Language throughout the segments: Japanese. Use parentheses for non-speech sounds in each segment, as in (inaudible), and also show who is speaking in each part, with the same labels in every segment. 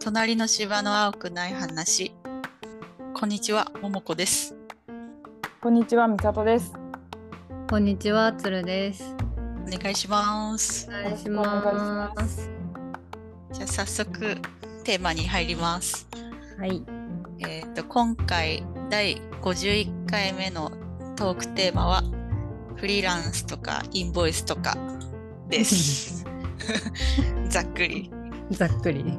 Speaker 1: 隣の芝の青くない話。こんにちは、ももこです。
Speaker 2: こんにちは、みさとです。
Speaker 3: こんにちは、つるです。
Speaker 1: お願いします
Speaker 3: お。願いし
Speaker 2: お願
Speaker 3: ま。
Speaker 2: いします
Speaker 1: じゃあ早速テーマに入ります。
Speaker 3: はい。
Speaker 1: えっ、と今回第51回目のトークテーマはフリーランスとかインボイスとか
Speaker 2: (laughs)
Speaker 1: です。ざっくり。
Speaker 3: ざっくり。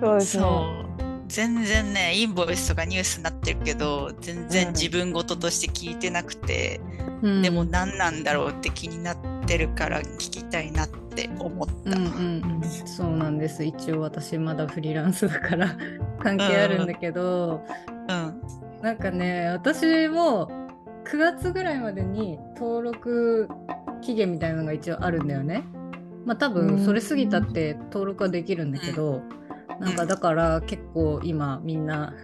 Speaker 2: そうですね。
Speaker 1: そう。全然ねインボイスとかニュースになってるけど全然自分事として聞いてなくて、
Speaker 3: うん
Speaker 1: でも、何なんだろうって気になってるから聞きたいなって思っ
Speaker 3: うん
Speaker 1: た。
Speaker 3: うんうん、そうなんです。一応私まだフリーランスだから関係あるんだけど、
Speaker 1: うん
Speaker 3: なんかね、私も9月ぐらいまでに登録期限みたいなのが一応あるんだよね。まあ多
Speaker 2: う
Speaker 3: 分
Speaker 2: ん
Speaker 3: それ過ぎたって登録はできるんだけど、なんかだから結構今みんな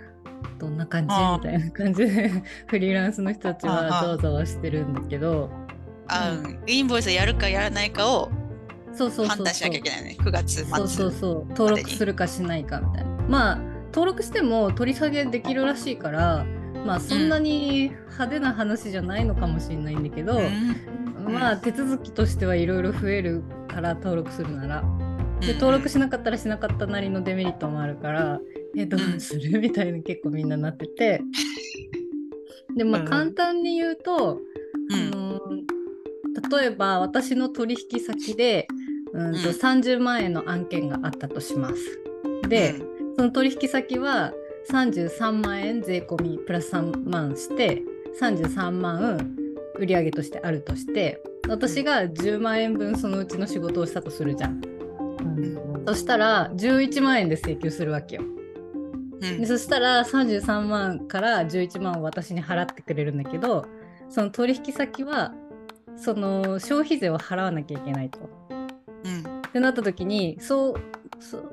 Speaker 3: どんな感じ
Speaker 1: あー
Speaker 3: みたいな感じで (laughs) フリーランスの人たちは
Speaker 1: あー
Speaker 3: ざわざわしてるんだけど、
Speaker 1: あうん、インボイスやるかやらないかを
Speaker 3: そうそうそうそう。
Speaker 1: 判断しなきゃいけないね9月末
Speaker 3: そうそうそう登録するかしないかみたいなまあ登録しても取り下げできるらしいからまあそんなに派手な話じゃないのかもしれないんだけど、
Speaker 1: うん
Speaker 3: まあ手続きとしてはいろいろ増えるから登録するならで登録しなかったらしなかったなりのデメリットもあるからえどうするみたいな結構みんななっててでま
Speaker 1: う
Speaker 3: あ
Speaker 1: ん
Speaker 3: 簡単に言うと、
Speaker 1: う
Speaker 3: あ
Speaker 1: ん
Speaker 3: のー例えば私の取引先でうんと
Speaker 1: うん
Speaker 3: 30万円の案件があったとします。で、その取引先は33万円税込みプラス3万して33万売り上げとしてあるとして私が10万円分そのうちの仕事をしたとするじゃん。そしたら11万円で請求するわけよ。
Speaker 1: うんうん
Speaker 3: でそしたら33万から11万を私に払ってくれるんだけどその取引先はその消費税を払わなきゃいけないと。
Speaker 1: うん
Speaker 3: ってなった時にそうそう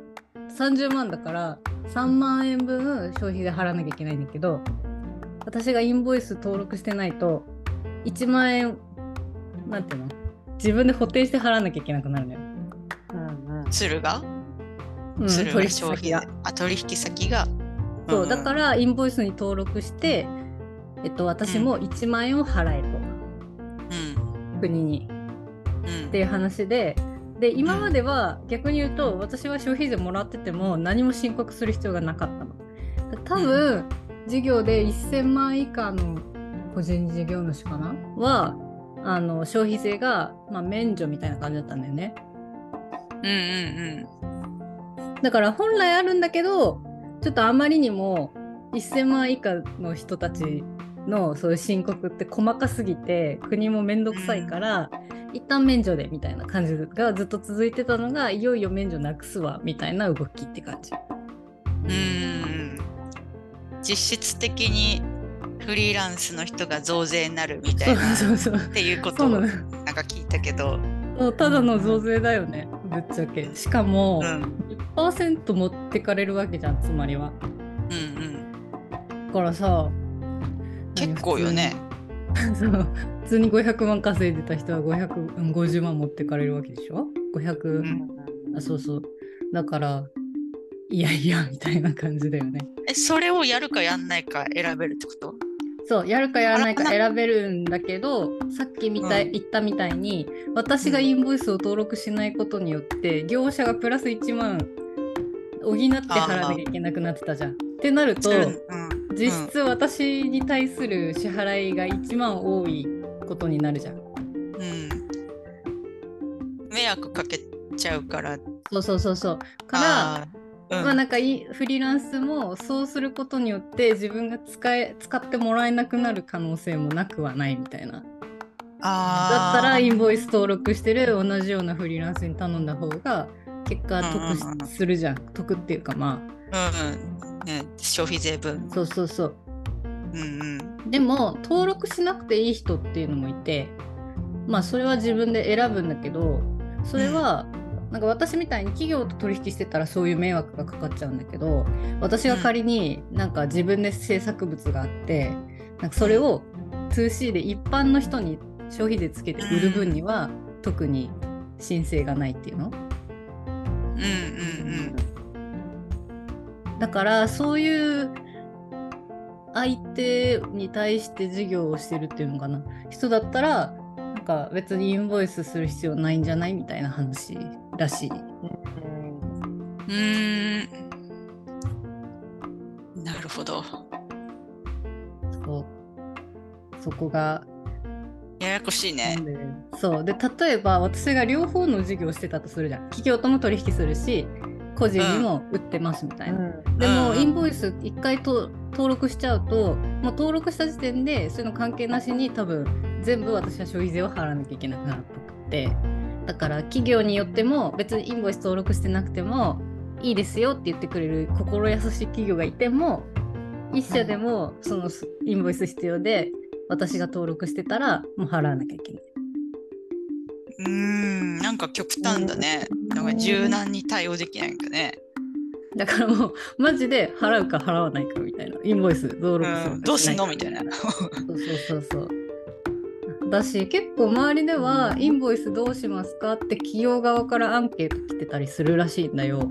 Speaker 3: 30万だから3万円分消費税払わなきゃいけないんだけど私がインボイス登録してないと1万円なんていうの自分で補填して払わなきゃいけなくなるのよ。
Speaker 1: 鶴が、
Speaker 3: うん、
Speaker 1: 鶴
Speaker 3: 取
Speaker 1: が
Speaker 3: 引
Speaker 1: 消費
Speaker 3: 先
Speaker 1: 税
Speaker 3: が。
Speaker 1: あ取引先が
Speaker 3: そうだかららインボイスに登録して、えっと、私も1万円を払えと、
Speaker 1: うん
Speaker 3: 国に
Speaker 1: うん
Speaker 3: っていう話でで今までは逆に言うと私は消費税もらってても何も申告する必要がなかったの。多分、事業で1000万以下の個人事業主かなはあの消費税が、まあ、免除みたいな感じだったんだよね。
Speaker 1: うんうん
Speaker 3: だから本来あるんだけどちょっとあまりにも1,000万以下の人たちのそういう申告って細かすぎて国も面倒くさいから、一旦免除でみたいな感じがずっと続いてたのがいよいよ免除なくすわみたいな動きって感じ。
Speaker 1: うんうん実質的にフリーランスの人が増税になるみた
Speaker 3: そ
Speaker 1: いうなっ
Speaker 3: そうそう
Speaker 1: ていうこと
Speaker 3: そう
Speaker 1: をな
Speaker 3: なの
Speaker 1: んか聞いたけど、
Speaker 3: そうただの増税だよねぶっちゃけしかも
Speaker 1: う、ん、
Speaker 3: 1%持ってかれるわけじゃんつまりは
Speaker 1: うんうん
Speaker 3: だからさ
Speaker 1: 結構よね
Speaker 3: そう普通に500万稼いでた人は550万持ってかれるわけでしょ ?500、
Speaker 1: うん
Speaker 3: あそうそうだからいやいやみたいな感じだよね
Speaker 1: えそれをやるかやんないか選べるってこと
Speaker 3: そうやるかやらないか
Speaker 1: あら
Speaker 3: 選べるんだけどさっきみたい、
Speaker 1: うん
Speaker 3: 言ったみたいに私がインボイスを登録しないことによって業者がプラス1万補って払わなきゃいけなくなってたじゃん。ってなると
Speaker 1: うん
Speaker 3: 実質私に対する支払いが1万多いことになるじゃん。
Speaker 1: うん、迷惑かけちゃうから
Speaker 3: そうそうそうそう。から
Speaker 1: ら
Speaker 3: まあなんかいフリーランスもそうすることによって自分が使え使ってもらえなくなる可能性もなくはないみたいなだったらインボイス登録してる同じようなフリーランスに頼んだ方が結果得し
Speaker 1: うんうんうん
Speaker 3: するじゃん得っていうか
Speaker 1: う
Speaker 3: ま
Speaker 1: ん、うんね、消費税分
Speaker 3: あそうそうそう
Speaker 1: うんうん
Speaker 3: でも登録しなくていい人っていうのもいてまあそれは自分で選ぶんだけどそれはなんか私みたいに企業と取引してたらそういう迷惑がかかっちゃうんだけど私が仮になんか自分で制作物があってなんかそれを 2C で一般の人に消費税つけて売る分には特に申請がないっていうの
Speaker 1: うんうんうん
Speaker 3: だからそういう相手に対して事業をしてるっていうのかな人だったらなんか別にインボイスする必要ないんじゃないみたいな話らしい。
Speaker 1: うーん。なるほど。
Speaker 3: そうそこが
Speaker 1: ややこしいね。
Speaker 3: そうで例えば私が両方の事業をしてたとするじゃん企業とも取引するし個人にも売ってますみたいな、でも
Speaker 1: うん
Speaker 3: インボイス1回と登録しちゃうともう登録した時点でそういうの関係なしに多分全部私は消費税を払わなきゃいけなくなるっぽくってだから企業によっても別にインボイス登録してなくてもいいですよって言ってくれる心優しい企業がいても一社でもそのインボイス必要で私が登録してたらもう払わなきゃいけない。
Speaker 1: うーん、なんか極端だね。なんか柔軟に対応できないんかね。
Speaker 3: だからもうマジで払うか払わないかみたいなインボイス登録
Speaker 1: う
Speaker 3: するかしない
Speaker 1: ん、
Speaker 3: か
Speaker 1: どうすんのみたいな。 (laughs)
Speaker 3: そうそうそうそう。だし結構周りではインボイスどうしますかって企業側からアンケート来てたりするらしいんだよ。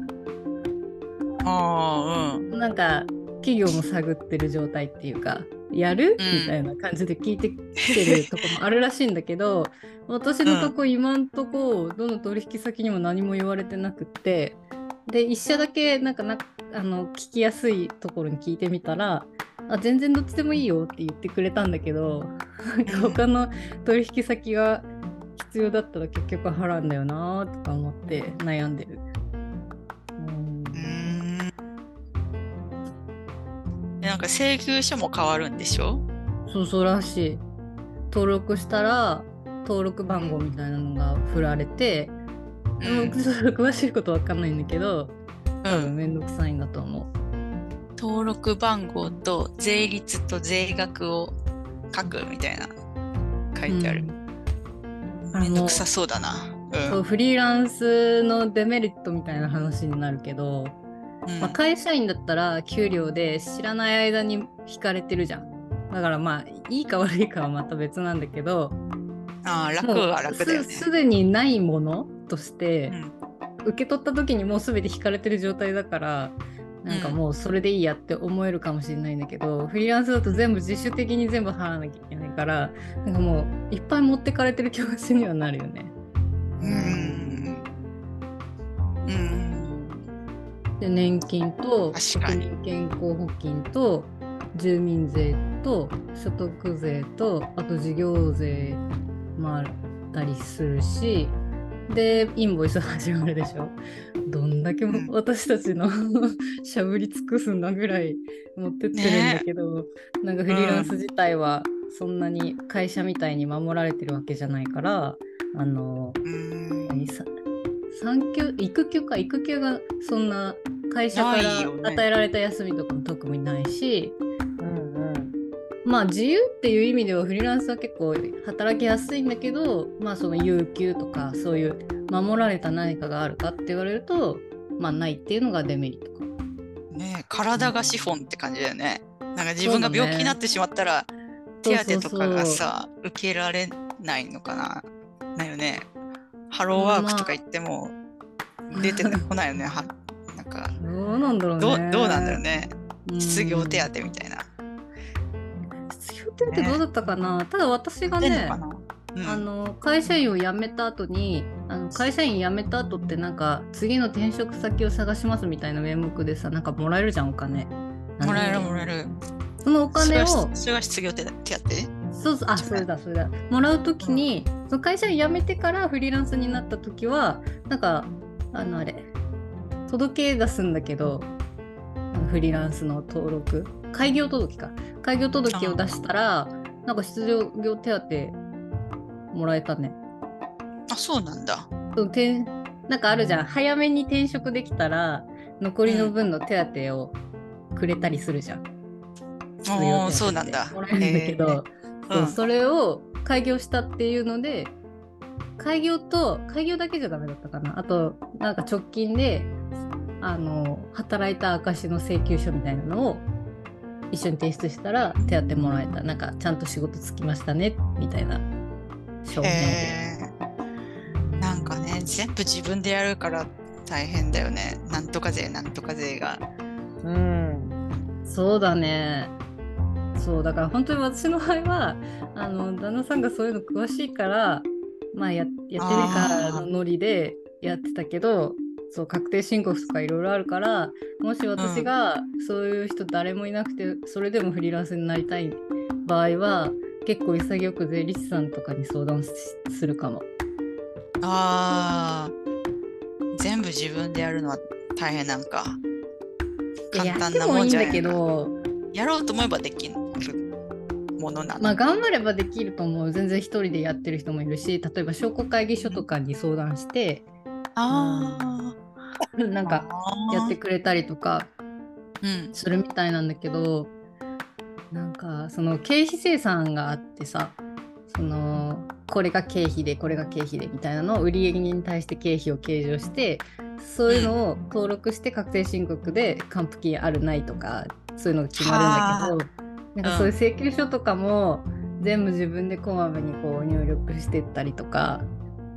Speaker 1: ああ、うん。
Speaker 3: なんか企業も探ってる状態っていうか。やる
Speaker 1: うん
Speaker 3: みたいな感じで聞いてきてるとこもあるらしいんだけど私のとこ今んとこどの取引先にも何も言われてなくってで一社だけなんかなあの聞きやすいところに聞いてみたらあ全然どっちでもいいよって言ってくれたんだけどなんか他の取引先が必要だったら結局払うんだよなーとか思って悩んでる。
Speaker 1: (laughs) うーんでなんか請求書も変わるんでしょ
Speaker 3: そうそうらしい。登録したら登録番号みたいなのが振られて、
Speaker 1: う
Speaker 3: うん、
Speaker 1: ん、
Speaker 3: ちょっと詳しいことわかんないんだけど、
Speaker 1: う
Speaker 3: 多分
Speaker 1: ん、
Speaker 3: めんどくさいんだと思う。
Speaker 1: 登録番号と税率と税額を書くみたいな書いてある、
Speaker 3: うん
Speaker 1: めんどくさそうだな
Speaker 3: あの
Speaker 1: う
Speaker 3: そ
Speaker 1: ん
Speaker 3: うフリーランスのデメリットみたいな話になるけど、
Speaker 1: うん
Speaker 3: まあ、会社員だったら給料で知らない間に引かれてるじゃん。だからまあいいか悪いかはまた別なんだけど、
Speaker 1: ああ楽
Speaker 3: もう
Speaker 1: は楽だよね
Speaker 3: すすでにないものとして、
Speaker 1: うん
Speaker 3: 受け取った時にもう全て引かれてる状態だからなんかもうそれでいいやって思えるかもしれないんだけど、フリーランスだと全部自主的に全部払わなきゃいけないからなんかもういっぱい持ってかれてる気持ちにはなるよね。
Speaker 1: うんうん
Speaker 3: で年金と
Speaker 1: 確かに
Speaker 3: 国民健康保険と住民税と所得税とあと事業税もあったりするしでインボイス始まるでしょどんだけも
Speaker 1: うん
Speaker 3: 私たちの (laughs) しゃぶり尽くすんだぐらい持ってってるんだけど、なんかフリーランス自体はそんなに会社みたいに守られてるわけじゃないからあの
Speaker 1: うん
Speaker 3: 何さ産休育休か育休がそんな会社か
Speaker 1: ないよね
Speaker 3: ら与えられた休みとかも特にないしまあ自由っていう意味ではフリーランスは結構働きやすいんだけどまあその有給とかそういう守られた何かがあるかって言われるとまあないっていうのがデメリットか。
Speaker 1: ねえ体が資本って感じだよねなんか自分が病気になってしまったら、手当とかがさ受けられないのかなだよねハローワークとか言っても出てこないよねはなんか
Speaker 3: そうそうそうどうなんだろう
Speaker 1: どう
Speaker 3: ね。
Speaker 1: どうなんだろうね
Speaker 3: うん
Speaker 1: 失業手当みたいな
Speaker 3: 失業手当どうだったかな、ただ私が
Speaker 1: 出んの
Speaker 3: ね
Speaker 1: かなうん
Speaker 3: あの会社員を辞めた後にあの会社員辞めた後ってなんか次の転職先を探しますみたいな名目でさなんかもらえるじゃんお金
Speaker 1: もらえるも
Speaker 3: え
Speaker 1: らえる
Speaker 3: るそのお
Speaker 1: お金
Speaker 3: 金
Speaker 1: を
Speaker 3: を
Speaker 1: それが失業手当手当
Speaker 3: そうそうあ
Speaker 1: 違う
Speaker 3: それだそれだもらう時にその会社員辞めてからフリーランスになった時はなんかあのあれ届け出すんだけどあのフリーランスの登録開業届か開業届を出したらなんか失業手当もらえたね
Speaker 1: あそうなんだ
Speaker 3: そう転なんかあるじゃん早めに転職できたら残りの分の手当をくれたりするじゃん。失業手当
Speaker 1: おー
Speaker 3: って
Speaker 1: そうなんだ
Speaker 3: もらえるんだけど、
Speaker 1: へー
Speaker 3: そう
Speaker 1: うん
Speaker 3: それを開業したっていうので開業と開業だけじゃダメだったかなあとなんか直近であの働いた証の請求書みたいなのを一緒に提出したら手当もらえたなんかちゃんと仕事つきましたねみたいな証明で。
Speaker 1: へえなんかね全部自分でやるから大変だよねなんとか税なんとか税が
Speaker 2: うん。
Speaker 3: そうだね。そうだから本当に私の場合はあの旦那さんがそういうの詳しいから、まあ、ややってるからのノリでやってたけどそう確定申告とかいろいろあるからもし私がそういう人誰もいなくて、それでもフリーランスになりたい場合は結構潔く税理士さんとかに相談しするかも。
Speaker 1: ああ全部自分でやるのは大変なんか簡単なもんじゃ
Speaker 3: やってもいいんだけ
Speaker 1: やや
Speaker 3: ど
Speaker 1: ろうと思えばできるものなの、
Speaker 3: まあ、頑張ればできると思う全然一人でやってる人もいるし例えば商工会議所とかに相談して
Speaker 1: あ
Speaker 3: なん
Speaker 1: ー
Speaker 3: か
Speaker 1: あ
Speaker 3: やって
Speaker 1: く
Speaker 3: くれたりとか
Speaker 1: うん
Speaker 3: するみたいなんだけどなんかその経費生産があってさそのこれが経費でこれが経費でみたいなのを売り上げに対して経費を計上してそういうのを登録して確定申告で還付金あるないとかそういうのが決まるんだけどなんかそういう請求書とかも全部自分でこまめにこう入力してったりとか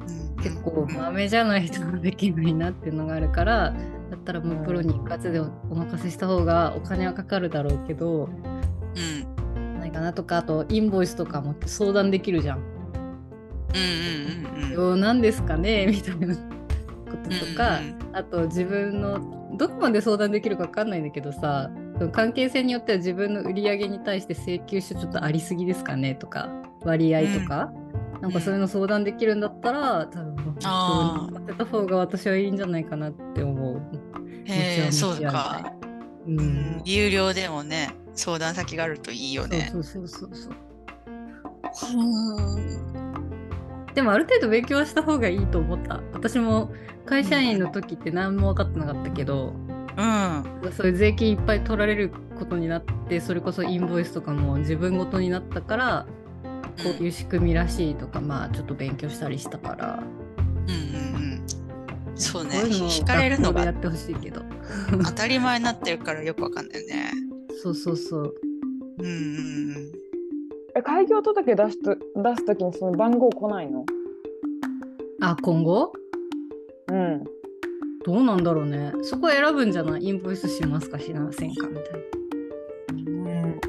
Speaker 1: うん
Speaker 3: 結構
Speaker 1: うん
Speaker 3: 豆じゃない人ができないなっていうのがあるからだったらもうプロに一括でおお任せした方がお金はかかるだろうけど
Speaker 1: うん
Speaker 3: ないかなとかあとインボイスとかも相談できるじゃん。
Speaker 1: うんうんうんうん
Speaker 3: ようなんですかねみたいなこととか
Speaker 1: うんうん
Speaker 3: あと自分のどこまで相談できるか分かんないんだけどさその関係性によっては自分の売り上げに対して請求書ちょっとありすぎですかねとか割合とか、なんかそういうの相談できるんだったら多分
Speaker 1: あー
Speaker 3: 当に当てた方が私はいいんじゃないかなって思う。
Speaker 1: へえ
Speaker 3: もち
Speaker 1: そ
Speaker 3: ろん
Speaker 1: う
Speaker 3: もちろん
Speaker 1: か、
Speaker 3: う
Speaker 1: うんん、有料でもね相談先があるといいよね
Speaker 3: そうそうそうそうそう
Speaker 1: うん
Speaker 3: でもある程度勉強はした方がいいと思った私も会社員の時って何も分かってなかったけど、
Speaker 1: うん
Speaker 3: そういう税金いっぱい取られることになってそれこそインボイスとかも自分ごとになったからこういう仕組みらしいとかまあちょっと勉強したりしたから
Speaker 1: うんうんそうね
Speaker 3: こういう
Speaker 1: 惹かれるの
Speaker 3: 学校でや
Speaker 1: が
Speaker 3: ってほしいけど
Speaker 1: 当たり前になってるからよくわかんないよね
Speaker 3: そうそうそう
Speaker 1: うんうんうん
Speaker 2: え、開業届出すと、出すときに、その番号来ないの。
Speaker 3: あ今後
Speaker 2: うん。
Speaker 3: どうなんだろうねそこ選ぶんじゃないインボイスしますかしませんかみたいな
Speaker 2: うん。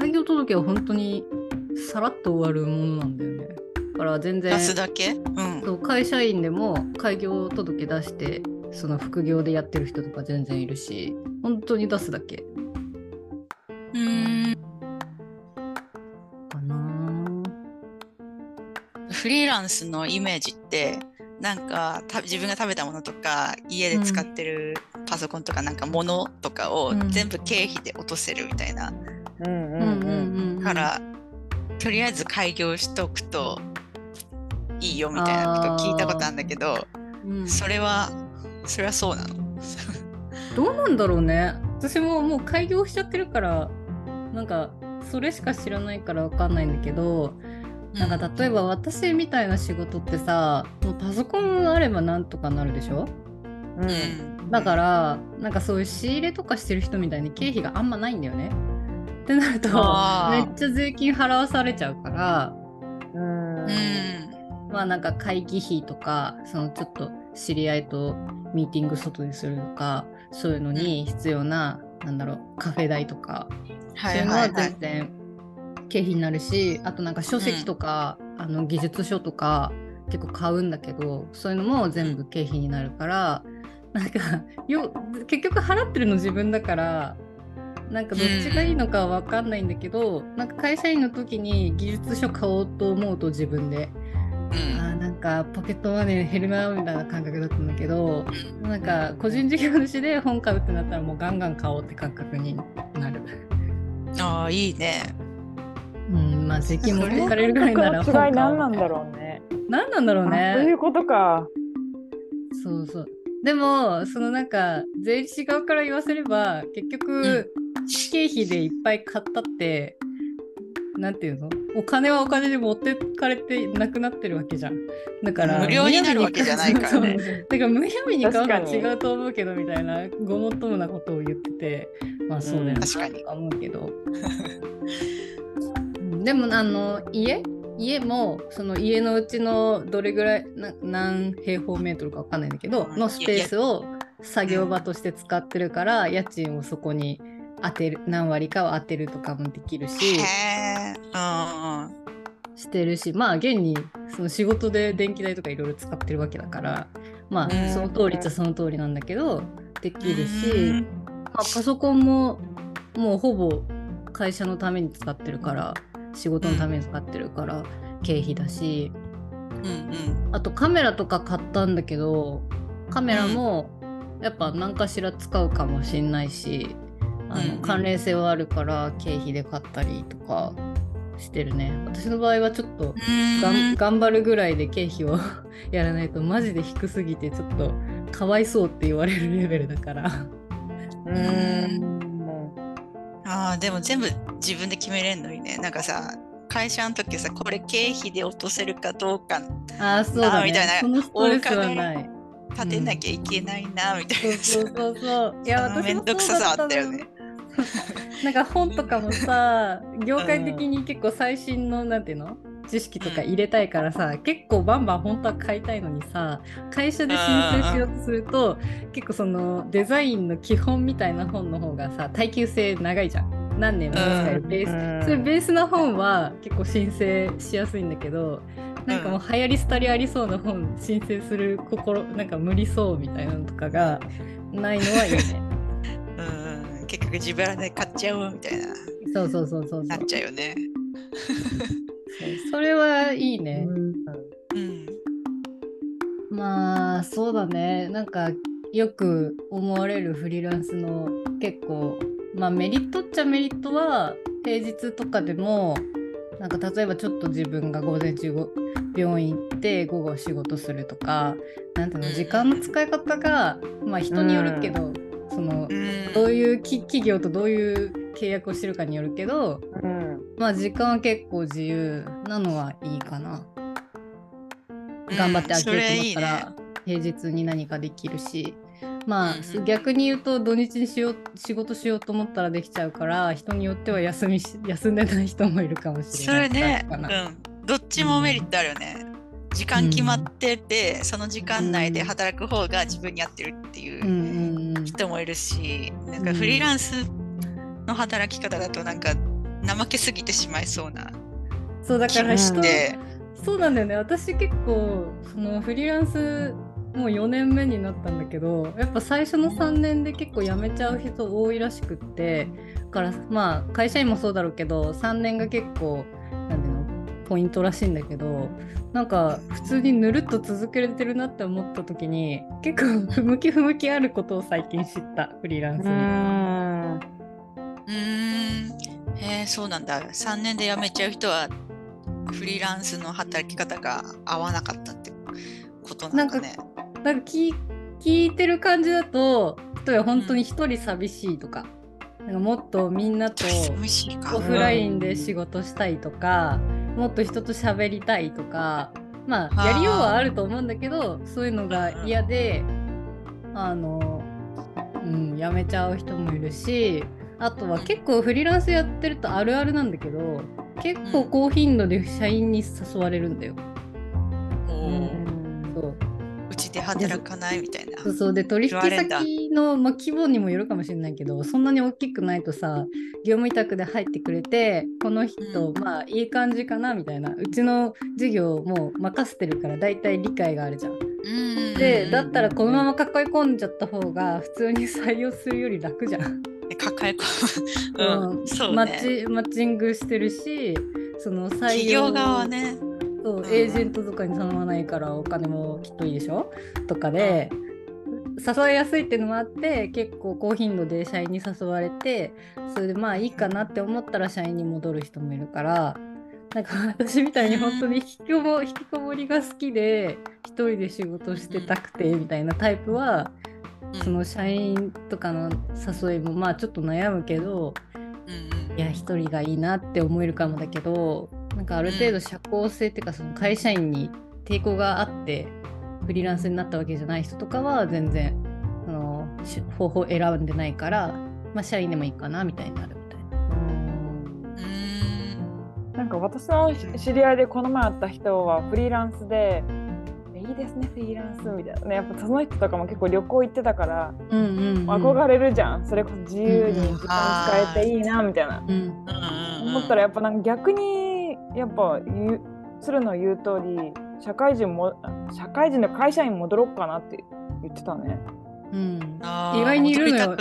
Speaker 3: 開業届は本当にさらっと終わるものなんだよねだから全然
Speaker 1: 出すだけうん
Speaker 3: そう会社員でも開業届出してその副業でやってる人とか全然いるし本当に出すだけ
Speaker 1: うん
Speaker 3: かな
Speaker 1: フリーランスのイメージってなんかた自分が食べたものとか家で使ってるパソコンとかなんかものとかを
Speaker 3: うん
Speaker 1: 全部経費で落とせるみたいな
Speaker 2: うん。
Speaker 3: うん
Speaker 2: うん。
Speaker 3: うんうん
Speaker 1: から、とりあえず開業しとくといいよみたいなこと聞いたことあるんだけど、
Speaker 3: うん
Speaker 1: それはそれはそうなの
Speaker 3: どうなんだろうね私ももう開業しちゃってるからなんかそれしか知らないからわかんないんだけどなんか例えば私みたいな仕事ってさもうパソコンあればなんとかなるでしょ
Speaker 2: うん。
Speaker 1: うん
Speaker 3: だからなんかそういう仕入れとかしてる人みたいに経費があんまないんだよねってなるとめ
Speaker 1: あ
Speaker 3: っちゃ税金払わされちゃうから
Speaker 2: うん。
Speaker 1: ー
Speaker 3: まあなんか会議費とかそのちょっと知り合いとミーティング外でするとかそういうのに必要な,、なんだろうカフェ代とか
Speaker 1: うん
Speaker 3: そ
Speaker 1: は
Speaker 3: うい
Speaker 1: いう
Speaker 3: の
Speaker 1: は
Speaker 3: はい
Speaker 1: はい
Speaker 3: 全然経費になるしあとなんか書籍とか、あの技術書とか結構買うんだけどそういうのも全部経費になるからなんかよ結局払ってるの自分だからなんかどっちがいいのかは分かんないんだけど、なんか会社員の時に技術書買おうと思うと自分で。
Speaker 1: うん
Speaker 3: あーなんかポケットマネー減るなみたいな感覚だったんだけどなんか個人事業主で本買うってなったらもうガンガン買おうって感覚になる。
Speaker 1: あーいいね
Speaker 3: うんまあ税金持ってかれるぐらいなら
Speaker 2: その違い何な
Speaker 3: 本買おう
Speaker 2: んだろうね。
Speaker 3: 何なんだろう
Speaker 2: あそうい
Speaker 3: ね
Speaker 2: うことか。
Speaker 3: そうそうでもそのなんか税理士側から言わせれば結局経費でいっぱい買ったってなんていうのお金はお金で持ってかれてなくなってるわけじゃんだから
Speaker 1: 無料になるわけじゃないからね
Speaker 2: そうそう
Speaker 3: だからむやみに買うのは
Speaker 2: 確かに
Speaker 3: 違うと思うけどみたいなごもっともなことを言っててまあそうだよ
Speaker 2: うん
Speaker 3: な
Speaker 1: 確かに
Speaker 3: と思うけどうんでもあの家家もその家のうちのどれぐらいな何平方メートルかわかんないんだけどのスペースを作業場として使ってるから家賃をそこに当てる何割かを当てるとかもできるし
Speaker 1: へえ。うんうん。
Speaker 3: してるしまあ現にその仕事で電気代とかいろいろ使ってるわけだからまあ
Speaker 1: うん
Speaker 3: その通りっちゃその通りなんだけどできる
Speaker 1: う
Speaker 3: し、
Speaker 1: ん
Speaker 3: まあ、パソコンももうほぼ会社のために使ってるから仕事のために使ってるから経費だし。
Speaker 1: うん
Speaker 3: あとカメラとか買ったんだけどカメラもやっぱ何かしら使うかもしんないしあ
Speaker 1: うんう
Speaker 3: の
Speaker 1: ん
Speaker 3: 関連性はあるから経費で買ったりとかしてるね私の場合はちょっ
Speaker 1: う
Speaker 3: と
Speaker 1: ん。
Speaker 3: がん
Speaker 1: うん
Speaker 3: 頑張るぐらいで経費を (laughs) やらないとマジで低すぎてちょっとかわいそうって言われるレベルだから
Speaker 2: うんうん
Speaker 1: ああでも全部自分で決めれんのにねなんかさ会社の時さこれ経費で落とせるかどうか
Speaker 3: ああそう
Speaker 1: あ
Speaker 3: だ、
Speaker 1: ー
Speaker 3: ね、
Speaker 1: みたいな
Speaker 3: そのストレスはない
Speaker 1: 立てなきゃいけないなみたい
Speaker 3: そう
Speaker 1: な
Speaker 3: そうそうそういや
Speaker 1: あー
Speaker 3: 私
Speaker 1: (laughs) め
Speaker 3: も
Speaker 1: んどく
Speaker 3: そ
Speaker 1: さ
Speaker 3: うだ
Speaker 1: さ
Speaker 3: っ
Speaker 1: あ
Speaker 3: た
Speaker 1: ったよね。
Speaker 3: なんか本とかもさ業界的に結構最新のなんていうの知識とか入れたいからさ結構バンバン本当は買いたいのにさ会社で申請しようとすると結構そのデザインの基本みたいな本の方がさ耐久性長いじゃん何年も使えるベースそれベースの本は結構申請しやすいんだけどなんかもう流行り廃りありそうな本申請する心なんか無理そうみたいなのとかがないのはいいね (laughs)
Speaker 1: うん結局自腹で買っちゃおうみたいな
Speaker 3: そうそうそうそうそ
Speaker 1: な
Speaker 3: う
Speaker 1: っちゃうよね。
Speaker 3: そうそれはいいね。
Speaker 1: うん
Speaker 3: まあそうだねなんかよく思われるフリーランスの結構まあメリットっちゃメリットは平日とかでもなんか例えばちょっと自分が午前中ご病院行って午後仕事するとかなんていうの時間の使い方がまあ人によるけど、その
Speaker 1: うん
Speaker 3: どういうき企業とどういう契約をしてるかによるけど
Speaker 2: うん
Speaker 3: まあ時間は結構自由なのはいいかな。頑張って
Speaker 1: うんそ
Speaker 3: 秋
Speaker 1: れ
Speaker 3: き
Speaker 1: いいね
Speaker 3: てますから、平日に何かできるしまあ、
Speaker 1: うんうん
Speaker 3: 逆に言うと土日にしよう仕事しようと思ったらできちゃうから人によっては休みし休んでない人もいるかもし
Speaker 1: そ
Speaker 3: れな
Speaker 1: れ
Speaker 3: い
Speaker 1: ね、
Speaker 3: か
Speaker 1: う
Speaker 3: な
Speaker 1: ん、どっちもメリットあるよね。時間決まってて、その時間内で働く方が自分に合ってるって
Speaker 3: う
Speaker 1: いうん
Speaker 3: うんうん
Speaker 1: 人もいるし、なんかフリーランスの働き方だとなんか怠けすぎてしまいそうな
Speaker 3: そうだ
Speaker 1: 気
Speaker 3: から
Speaker 1: も
Speaker 3: 人、
Speaker 1: して、
Speaker 3: そうなんだよね私結構そのフリーランスもう4年目になったんだけどやっぱ最初の3年で結構辞めちゃう人多いらしくってだからまあ会社員もそうだろうけど3年が結構なんていうのポイントらしいんだけどなんか普通にぬるっと続けれてるなって思った時に結構不向き不向きあることを最近知ったフリーランス
Speaker 2: うん
Speaker 3: に。
Speaker 1: うーん、へえそうなんだ。3年で辞めちゃう人はフリーランスの働き方が合わなかったってことなんだね。
Speaker 3: なんか聞い聞いてる感じだと例えば本当に一人寂しいとか,、なんかもっとみんなと
Speaker 1: 寂しいか。
Speaker 3: オフラインで仕事したいとかもっと人と喋りたいとかま
Speaker 1: あ
Speaker 3: あ
Speaker 1: ー
Speaker 3: やりようはあると思うんだけどそういうのが嫌であのうん辞めちゃう人もいるしあとは結構フリーランスやってるとあるあるなんだけど結構高頻度で社員に誘われるんだよ。
Speaker 1: おー
Speaker 3: そう
Speaker 1: うちで働かないみたいな。
Speaker 3: そうそうで取引
Speaker 1: 言われた
Speaker 3: 先の、まあ、規模にもよるかもしれないけどそんなに大きくないとさ業務委託で入ってくれてこの人、
Speaker 1: う
Speaker 3: まあいい感じかなみたいなうちの事業もう任せてるから大体理解があるじゃん。
Speaker 1: うん
Speaker 3: でだったらこのまま抱え込んじゃった方が普通に採用するより楽じゃん。
Speaker 1: 抱え込む。 (laughs) うん、そう
Speaker 3: マ
Speaker 1: ね。
Speaker 3: ッチマッチングしてるしその採
Speaker 1: 企
Speaker 3: 用
Speaker 1: 業側はね。
Speaker 3: そう
Speaker 1: うん
Speaker 3: エージェントとかに頼まないからお金もきっといいでしょとかで誘いやすいっていうのもあって結構高頻度で社員に誘われてそれでまあいいかなって思ったら社員に戻る人もいるからなんか (laughs) 私みたいに本当に引きこも引きこもりが好きで一人で仕事してたくてみたいなタイプは
Speaker 1: うん
Speaker 3: その社員とかの誘いもまあちょっと悩むけど
Speaker 1: うん
Speaker 3: いや一人がいいなって思えるかもだけどなんかある程度社交性っていうかその会社員に抵抗があってフリーランスになったわけじゃない人とかは全然あのし方法選んでないから、まあ、社員でもいいかなみたいになるみたいな。
Speaker 1: うんうん
Speaker 2: なんか私の知り合いでこの前会った人はフリーランスでいいですねフリーランスみたいなねやっぱその人とかも結構旅行行ってたから
Speaker 3: うんうんうん、
Speaker 2: 憧れるじゃん、それこそ自由に時間使えていいなみたいな、
Speaker 3: うん
Speaker 2: 思ったらやっぱなんか逆にやっぱ言う鶴の言う通り社会人も社会人の会社員戻ろうかなって言ってたね。
Speaker 3: うん、
Speaker 1: 意
Speaker 3: 意外にいるのよ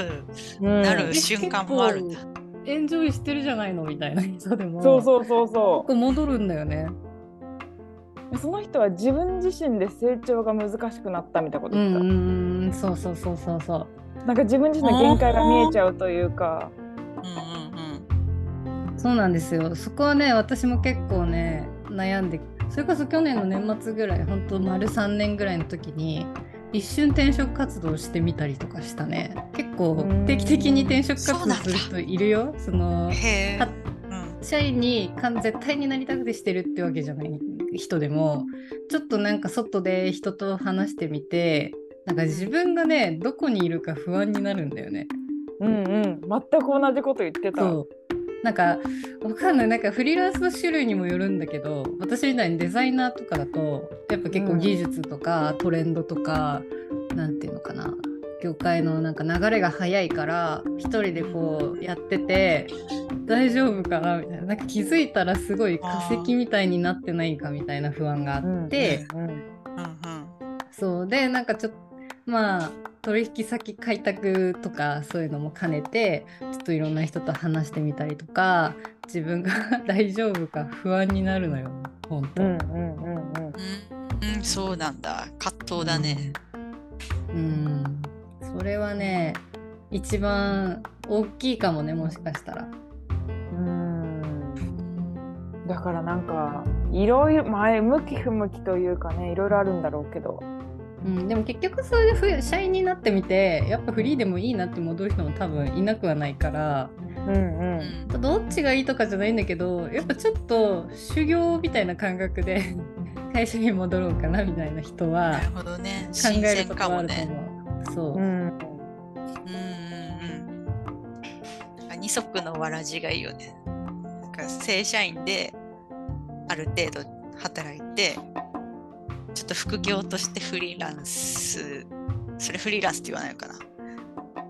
Speaker 2: うん
Speaker 1: なる瞬間もあるんだ
Speaker 3: 結構エンジョイしてるじゃないのみたいな人でも
Speaker 2: そう
Speaker 3: う
Speaker 2: そうそうそ
Speaker 3: 戻るんだよね
Speaker 2: う。その人は自分自身で成長が難しくなったみたいなこと
Speaker 3: う
Speaker 2: 言って
Speaker 3: ん
Speaker 2: た。
Speaker 3: うんうんそうそうそうそうそう
Speaker 2: なんか自分自身の限界が見えちゃうというか。
Speaker 1: うんうんうん
Speaker 3: そうなんですよそこはね私も結構ね悩んでそれこそ去年の年末ぐらい本当丸3年ぐらいの時に一瞬転職活動してみたりとかしたね結構定期的に転職活動する人いるよその
Speaker 1: へえ
Speaker 3: は
Speaker 1: うん
Speaker 3: 社員にかん絶対になりたくてしてるってわけじゃない人でもちょっとなんか外で人と話してみてなんか自分がねどこにいるか不安になるんだよね。
Speaker 2: うんうん。全く同じこと言ってた。
Speaker 3: そうなんかわかんないなんかフリーランスの種類にもよるんだけど私みたいにデザイナーとかだとやっぱ結構技術とかトレンドとかなんていうのかな業界のなんか流れが早いから一人でこうやってて大丈夫かなみたいななんか気づいたらすごい化石みたいになってないかみたいな不安があ
Speaker 2: うんうんう
Speaker 3: っ
Speaker 2: ん。
Speaker 3: て。
Speaker 1: うん
Speaker 3: そうでなんかちょっとまあ取引先開拓とかそういうのも兼ねてちょっといろんな人と話してみたりとか自分が (laughs) 大丈夫か不安になるのよ本
Speaker 2: う
Speaker 3: 当、
Speaker 2: んうんうんうん。
Speaker 1: うんうんそうなんだ葛藤だね
Speaker 3: うん、それはね一番大きいかもねもしかしたら。
Speaker 2: うんだからなんかいろいろ前向き不向きというかねいろいろあるんだろうけど
Speaker 3: うん、でも結局それでふ社員になってみてやっぱフリーでもいいなって戻る人も多分いなくはないから
Speaker 2: うん
Speaker 1: う
Speaker 2: うん
Speaker 1: ん
Speaker 3: どっちがいいとかじゃないんだけどやっぱちょっと修行みたいな感覚で会社に戻ろうかなみたいな人は
Speaker 1: なるほどね
Speaker 3: 考
Speaker 1: 新
Speaker 3: える
Speaker 1: 鮮
Speaker 3: こと
Speaker 1: か
Speaker 3: が
Speaker 1: も
Speaker 3: あると
Speaker 1: ね
Speaker 3: 思う。そう、
Speaker 2: うん
Speaker 1: うんうんうんなんか二足のわらじがいいよねなんか正社員である程度働いてちょっと副業としてフリーランスそれフリーランスって言わないのかな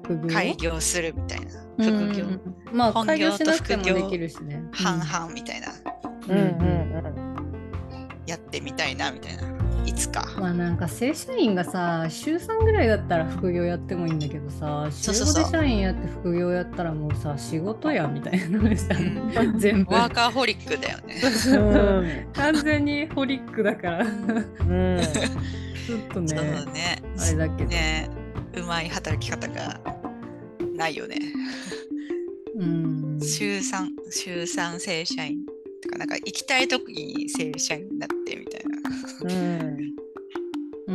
Speaker 3: 副業
Speaker 1: 開業するみたいな
Speaker 3: うんうん
Speaker 1: 副業
Speaker 3: まあ
Speaker 1: 本
Speaker 3: 開業
Speaker 1: 業
Speaker 3: し
Speaker 1: と
Speaker 3: なくても
Speaker 1: 副業
Speaker 3: できるしね。
Speaker 1: 半々みたいな
Speaker 2: うんうん
Speaker 1: やってみたいなみたいないつか
Speaker 3: まあなんか正社員がさ週3ぐらいだったら副業やってもいいんだけどさ
Speaker 1: そ
Speaker 3: 週
Speaker 1: うそうそう
Speaker 3: 5で社員やって副業やったらもうさ仕事やみたいなのでさ
Speaker 1: うん
Speaker 3: (laughs) 全部
Speaker 1: ワーカーホリックだよね
Speaker 2: うん
Speaker 3: 完全にホリックだからち
Speaker 2: うん
Speaker 3: ょっと
Speaker 1: そう
Speaker 3: (laughs) ね
Speaker 1: ね
Speaker 3: あれだけど。
Speaker 1: ねうまい働き方がないよね
Speaker 3: うん
Speaker 1: 週3週3正社員とかなんか行きたい時に正社員になってみたいな
Speaker 2: うん
Speaker 3: う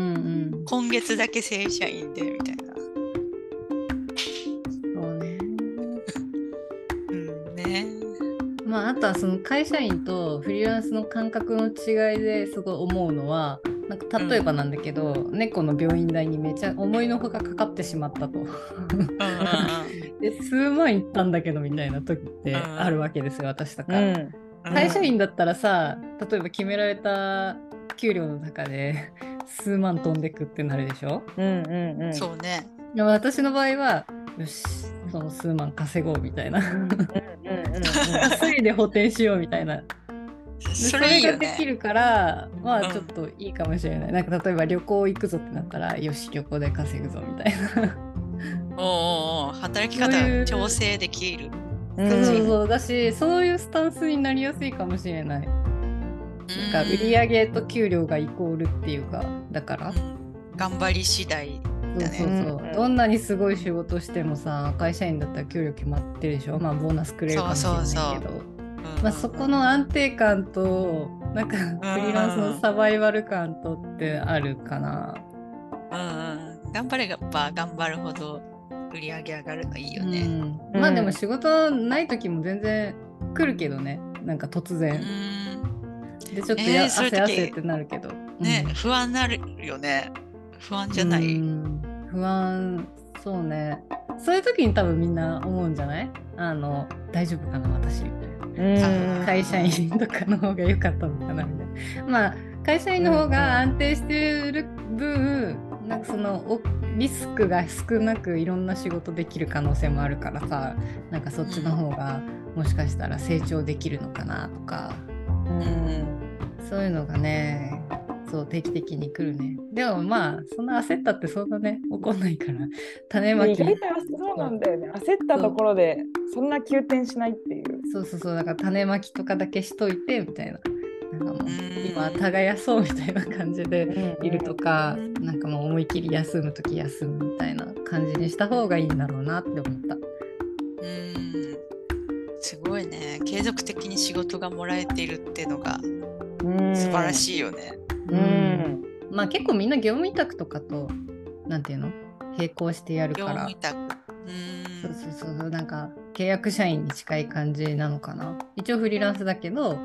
Speaker 3: ん
Speaker 1: 今月だけ正社員でみたいな、
Speaker 3: うん、そうね。
Speaker 1: うんね
Speaker 3: まああとはその会社員とフリーランスの感覚の違いですごい思うのはなんか例えばなんだけど、猫の病院代にめちゃ思いのほかかかってしまったと (laughs)
Speaker 1: うんうん
Speaker 3: で数万いったんだけどみたいな時って
Speaker 1: うん
Speaker 3: あるわけですよ私と
Speaker 2: う
Speaker 3: か、
Speaker 2: ん
Speaker 1: うん
Speaker 3: 会社員だったらさ例えば決められた給料の中で (laughs) 数万飛んでくってなるでしょ
Speaker 2: うんうんう
Speaker 1: (laughs)
Speaker 2: ん
Speaker 1: そうね
Speaker 3: でも私の場合はよしその数万稼ごうみたいな (laughs)
Speaker 2: うんうんうん
Speaker 3: 稼いで補填しようみたいな
Speaker 1: そ
Speaker 3: そ
Speaker 1: れい
Speaker 3: れ
Speaker 1: いよ
Speaker 3: ができ
Speaker 1: ね
Speaker 3: るから、ま
Speaker 1: うん
Speaker 3: あちょっといいかもしれない、なんか例えば旅行行くぞってなったらよし旅行で稼ぐぞみたいな、
Speaker 1: おうおうおう働き方
Speaker 3: そういう
Speaker 1: 調整できる
Speaker 2: うん
Speaker 3: そうそうそうだしそういうスタンスになりやすいかもしれない、なんか売り上げと給料がイコールっていうかだから、
Speaker 1: うん頑張り次第
Speaker 3: そうそうそう、
Speaker 2: うん
Speaker 3: どんなにすごい仕事してもさ会社員だったら給料決まってるでしょまあボーナスくれるかもしれないけど
Speaker 1: そうそう
Speaker 3: まあ、そこの安定感となんかフリーランスのサバイバル感とってあるかな。
Speaker 1: うんうん頑張れば頑張るほど売り上げ上がるのいいよね。
Speaker 3: うん、まあでも仕事ない時も全然来るけどねなんか突
Speaker 1: う
Speaker 3: 然、
Speaker 1: ん、
Speaker 3: でちょっと
Speaker 1: え
Speaker 3: や、
Speaker 1: ーそういう時
Speaker 3: 汗汗ってなるけど
Speaker 1: ね、
Speaker 3: うん
Speaker 1: 不安になるよね。不安じゃない。
Speaker 3: う
Speaker 1: うん
Speaker 3: ん不安そうねそういう時に多分みんな思うんじゃないあの大丈夫かな私みたいな
Speaker 2: うん
Speaker 1: あ
Speaker 3: 会社員とかの方が良かったのかなみたいなまあ会社員の方が安定してる分なんかそのおリスクが少なくいろんな仕事できる可能性もあるからさなんかそっちの方がもしかしたら成長できるのかなとか
Speaker 2: うん
Speaker 3: そういうのがねそう定期的に来るねでもまあそんな焦ったってそんなね怒んないから種ま
Speaker 2: 意
Speaker 3: き
Speaker 2: 外とそうなんだよね焦ったところでそんな急転しないっていう
Speaker 3: そうそうそうだから種まきとかだけしといてみたいななんか
Speaker 1: う
Speaker 3: もう
Speaker 1: ん
Speaker 3: 今耕そうみたいな感じでいるとか、
Speaker 1: うん
Speaker 3: なんかもう思い切り休む時休むみたいな感じにした方がいいんだろうなって思った
Speaker 1: うんすごいね継続的に仕事がもらえているっていうのが
Speaker 2: うん
Speaker 1: 素晴ら
Speaker 2: い
Speaker 1: しいよね。
Speaker 2: う、ん
Speaker 3: まあ結構みんな業務委託とかとなんていうの並行してやる
Speaker 1: 業
Speaker 3: から
Speaker 1: 務委託。う
Speaker 3: そうんそうそうそうなんか契約社員に近い感じなのかな一応フリーランスだけど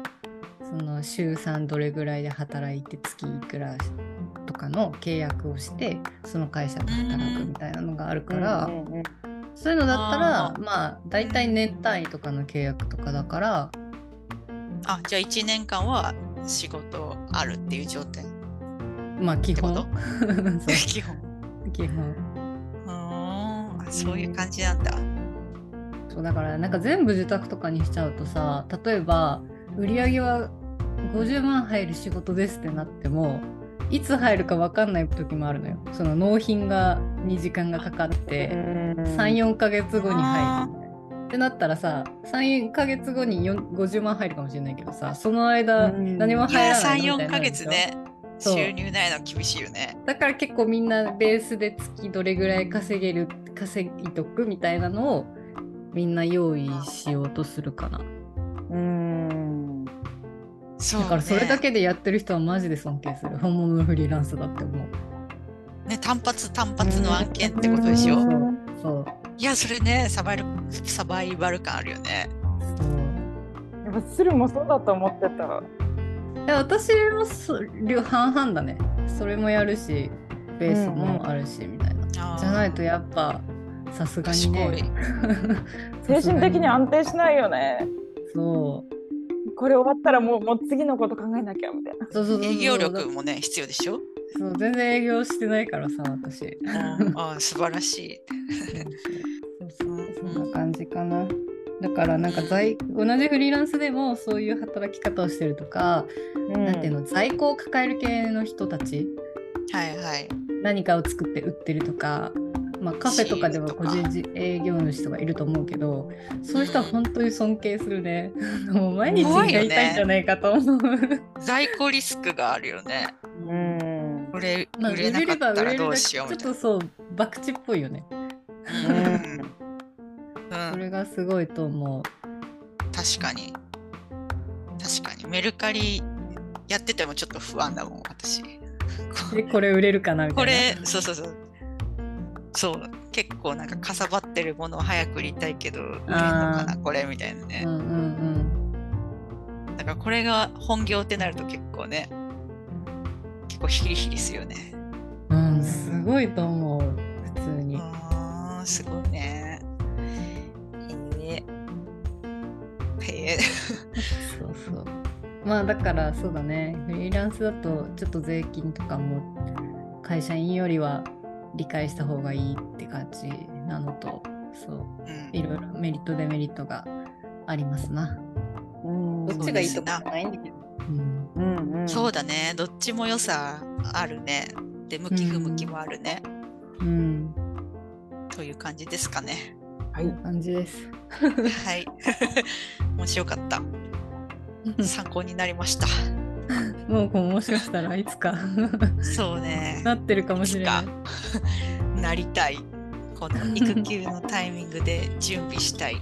Speaker 3: その週3どれぐらいで働いて月いくらとかの契約をしてその会社で働くみたいなのがあるから、
Speaker 2: うんうんうん
Speaker 3: そういうのだったら
Speaker 1: あー
Speaker 3: まあ大体年単位とかの契約とかだから
Speaker 1: あじゃあ1年間は仕事あるっていう状態。
Speaker 3: まあ基本
Speaker 1: ってこ
Speaker 3: (laughs) そ
Speaker 1: (laughs) 基本。
Speaker 3: う基本
Speaker 1: うーんあそういう感じなんだ。
Speaker 3: そうだからなんか全部受託とかにしちゃうとさ例えば売り上げは50万入る仕事ですってなってもいつ入るか分かんない時もあるのよその納品がに時間がかかって34ヶ月後に入るってなったらさ34ヶ月後に4 50万入るかもしれないけどさその間
Speaker 2: うん
Speaker 3: 何も
Speaker 1: い
Speaker 3: 入
Speaker 1: や
Speaker 3: らないのみた
Speaker 1: 34
Speaker 3: いにな
Speaker 1: ヶ
Speaker 3: るでし
Speaker 1: 月
Speaker 3: ょ
Speaker 1: ね
Speaker 3: そう
Speaker 1: 収入ないの厳しいよね。
Speaker 3: だから結構みんなベースで月どれぐらい稼げる稼いとくみたいなのをみんな用意しようとするかな
Speaker 2: うん
Speaker 1: そう
Speaker 3: だからそれだ
Speaker 1: ね
Speaker 3: けでやってる人はマジで尊敬する本物のフリーランスだって思う
Speaker 1: ね単発単発の案件ってことでしょ。
Speaker 3: そうそう
Speaker 1: いやそれねサバイルサバイバル感あるよね。
Speaker 3: そう
Speaker 2: やっぱスルもそうだと思ってた
Speaker 3: で私もそ両半々だねそれもやるしベースもあるしみたいな、
Speaker 1: じゃ
Speaker 3: じゃないとやっぱさすがに
Speaker 1: 賢い
Speaker 3: ね (laughs)
Speaker 2: 精神的に
Speaker 3: あ
Speaker 2: 安定しないよね
Speaker 3: そう
Speaker 2: これ終わったらもうもう次のこと考えなきゃみたいな
Speaker 3: そうそうそうそう
Speaker 1: 営業力もね必要でしょ。
Speaker 3: そう全然営業してないからさ私 (laughs)
Speaker 1: うんあ素晴らしい。
Speaker 3: そうそうそんな感じかな。だからなんか在同じフリーランスでもそういう働き方をしてるとか、なんていうの在庫を抱える系の人たち
Speaker 1: はいはい。
Speaker 3: 何かを作って売ってるとか、まあ、カフェとかでは個人事営業主とかいると思うけどそういう人は本当に尊敬するね (laughs) もう毎日やりたいんじゃないかと思う。
Speaker 1: 在庫リスクがあるよね。
Speaker 2: うん
Speaker 1: これ
Speaker 3: まあ
Speaker 1: 売れなかったらどう
Speaker 3: だけ
Speaker 1: し
Speaker 3: ち
Speaker 1: よ
Speaker 3: ょ
Speaker 1: う
Speaker 3: っ
Speaker 1: みたい
Speaker 3: とそう博打っぽいよね。
Speaker 1: な。う
Speaker 3: そ
Speaker 1: ん、
Speaker 3: れがすごいと思う。
Speaker 1: 確かに。確かに。メルカリやっててもちょっと不安だもん、
Speaker 3: (laughs)
Speaker 1: 私。
Speaker 3: でこれ売れるかなみた
Speaker 1: こ
Speaker 3: いな。
Speaker 1: れ、そうそうそう。そう、結構なんかかさばってるものを早く売りたいけど、売れるのかな、これみたいなね
Speaker 3: う。んうんうん。
Speaker 1: だからこれが本業ってなると結構ね、結構ヒリヒリするよね。
Speaker 3: うん、すごいと思う普通に、
Speaker 1: あーすごいね。へえ。へえ。
Speaker 3: そうそうまあだからそうだねフリーランスだとちょっと税金とかも会社員よりは理解した方がいいって感じなのとそう
Speaker 1: うん
Speaker 3: いろいろメリットデメリットがありますな、
Speaker 2: うん
Speaker 1: どっちがいいとかじゃ
Speaker 3: ないんだけど、うん、
Speaker 2: うんうん
Speaker 1: そうだね、どっちも良さあるね。で、向き不向きもあるね。
Speaker 3: うん、
Speaker 1: という感じですか
Speaker 3: (laughs)
Speaker 1: ね。
Speaker 3: 感じです (laughs)
Speaker 1: はい。 (laughs) 面白かった。参考になりました。
Speaker 3: もうこうもしかしたらいつか (laughs)
Speaker 1: そうね。
Speaker 3: なってるかもしれない
Speaker 1: いなりたい。この育休のタイミングで準備したい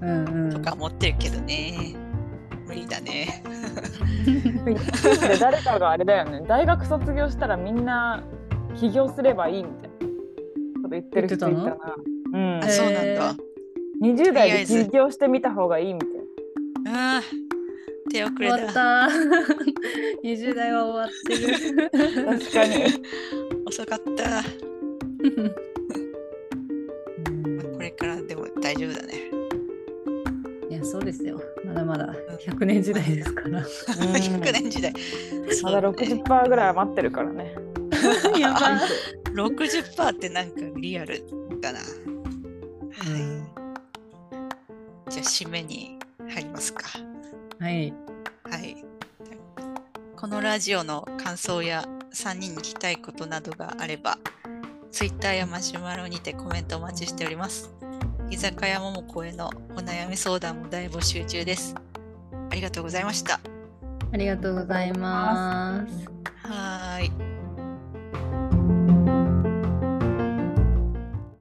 Speaker 3: うんうん
Speaker 1: とか思ってるけどね。無理だね。
Speaker 2: で誰かがあれだよね大学卒業したらみんな起業すればいいみたいなこと言ってる人いたな
Speaker 3: 言って
Speaker 2: うん
Speaker 1: あ、そうなんだ。
Speaker 2: 20
Speaker 1: とりあえ
Speaker 2: 代で
Speaker 1: ず
Speaker 2: 起業してみた方がいいみたいな
Speaker 1: ああ、手遅れ
Speaker 3: 終わっ
Speaker 1: だ。
Speaker 3: た (laughs) 20代は終わってる
Speaker 2: 確かに
Speaker 1: 遅かった。まあこれからでも大丈夫だね。
Speaker 3: いややそうですよまだまだ100年時代です (laughs) か
Speaker 1: (laughs)
Speaker 3: ら。
Speaker 1: 100年時代。
Speaker 2: ま
Speaker 1: そう
Speaker 2: だ
Speaker 1: ね
Speaker 2: 60%ぐらい余ってるからね。
Speaker 3: (laughs) やば
Speaker 1: 60%ってなんかリアルだな。はい。じゃあ締めに入りますか。
Speaker 3: はい
Speaker 1: はい。このラジオの感想や3人に聞きたいことなどがあれば、Twitter やマシュマロにてコメントお待ちしております。居酒屋桃子へのお悩み相談も大募集中です。ありがとうございました。
Speaker 3: ありがとうございます。
Speaker 1: はーい。